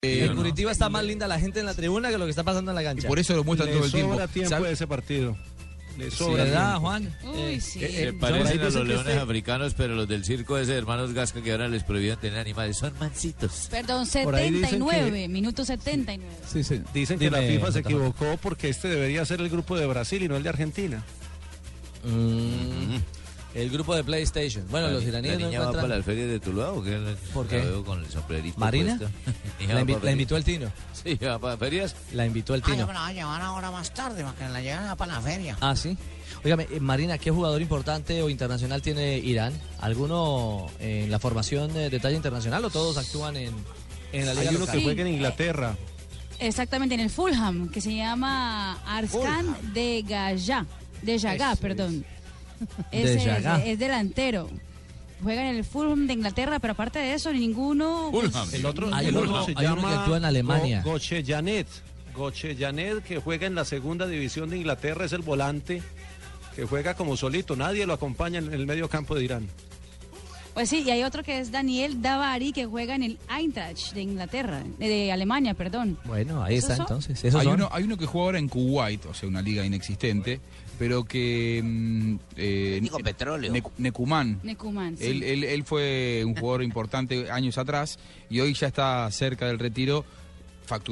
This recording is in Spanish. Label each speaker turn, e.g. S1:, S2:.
S1: Eh,
S2: en Curitiba está más linda la gente en la tribuna que lo que está pasando en la cancha.
S1: Y por eso lo muestran
S3: Le
S1: todo el tiempo.
S3: sobra tiempo
S1: ¿Sabe?
S3: de ese partido. Le
S2: Sí,
S3: sobra
S2: ¿Verdad,
S3: tiempo.
S2: Juan?
S4: Uy, sí.
S2: eh,
S5: Se
S2: eh,
S5: parecen
S2: Yo-
S5: a los
S2: dicen que
S5: leones
S2: este-
S5: africanos, pero los del circo de ese hermanos Gasca que ahora les prohibían tener animales. Son mancitos.
S4: Perdón,
S3: Por ahí dicen
S4: 79, minuto 79.
S1: Sí, sí.
S3: Dicen que la
S2: Dime,
S3: FIFA se
S2: J.
S3: equivocó porque este debería ser el grupo de Brasil y no el de Argentina.
S2: Mm, el grupo de PlayStation. Bueno,
S5: La
S2: los
S5: ni-
S2: iraníes
S5: ¿La
S2: no
S5: niña va para
S2: encuentran.
S5: las ferias de Tuluá o qué?
S2: ¿Por
S5: La
S2: qué?
S5: veo con el sombrerito
S2: ¿Marina?
S5: puesto. Niña
S2: La,
S5: va
S2: invi-
S5: para
S2: la
S5: ferias.
S2: invitó el Tino.
S5: Sí, va para ferias.
S2: La invitó el
S6: Ah, yo
S2: Tino.
S6: me la voy a llevar ahora más tarde para que la lleven para la feria.
S2: Ah, sí. Óigame, eh, Marina, ¿qué jugador importante o internacional tiene Irán? ¿Alguno en la formación eh, de talla internacional o todos actúan en, en la liga
S3: Hay uno
S2: local?
S3: que
S4: Sí.
S3: juega en Inglaterra.
S4: Exactamente, en el Fulham, que se llama Arskan de Gaya, de Yagá, perdón.
S2: De
S4: Ese Es,
S2: Yagá.
S4: es delantero. Juega en el Fulham de Inglaterra, pero aparte de eso, ninguno...
S5: Fulham.
S3: El otro,
S2: Hay
S3: el
S2: uno-
S3: otro se
S2: hay uno
S3: llama
S2: que actúa en Alemania.
S3: Go- Goche Janet. Goche Janet, que juega en la segunda división de Inglaterra, es el volante que juega como solito. Nadie lo acompaña en el medio campo de Irán.
S4: Pues sí, y hay otro que es Daniel Davari, que juega en el Eintracht de Inglaterra, de, de Alemania, perdón.
S2: Bueno, ahí está
S4: ¿Esos son?
S2: entonces. Esos
S1: hay,
S2: son.
S1: uno, hay uno que juega ahora en Kuwait, o sea, una liga inexistente, pero que... mm, eh,
S6: Digo, petróleo.
S1: Nec- Necumán.
S4: Necuman, sí.
S1: Él, él- él fue un jugador importante años atrás y hoy ya está cerca del retiro facturando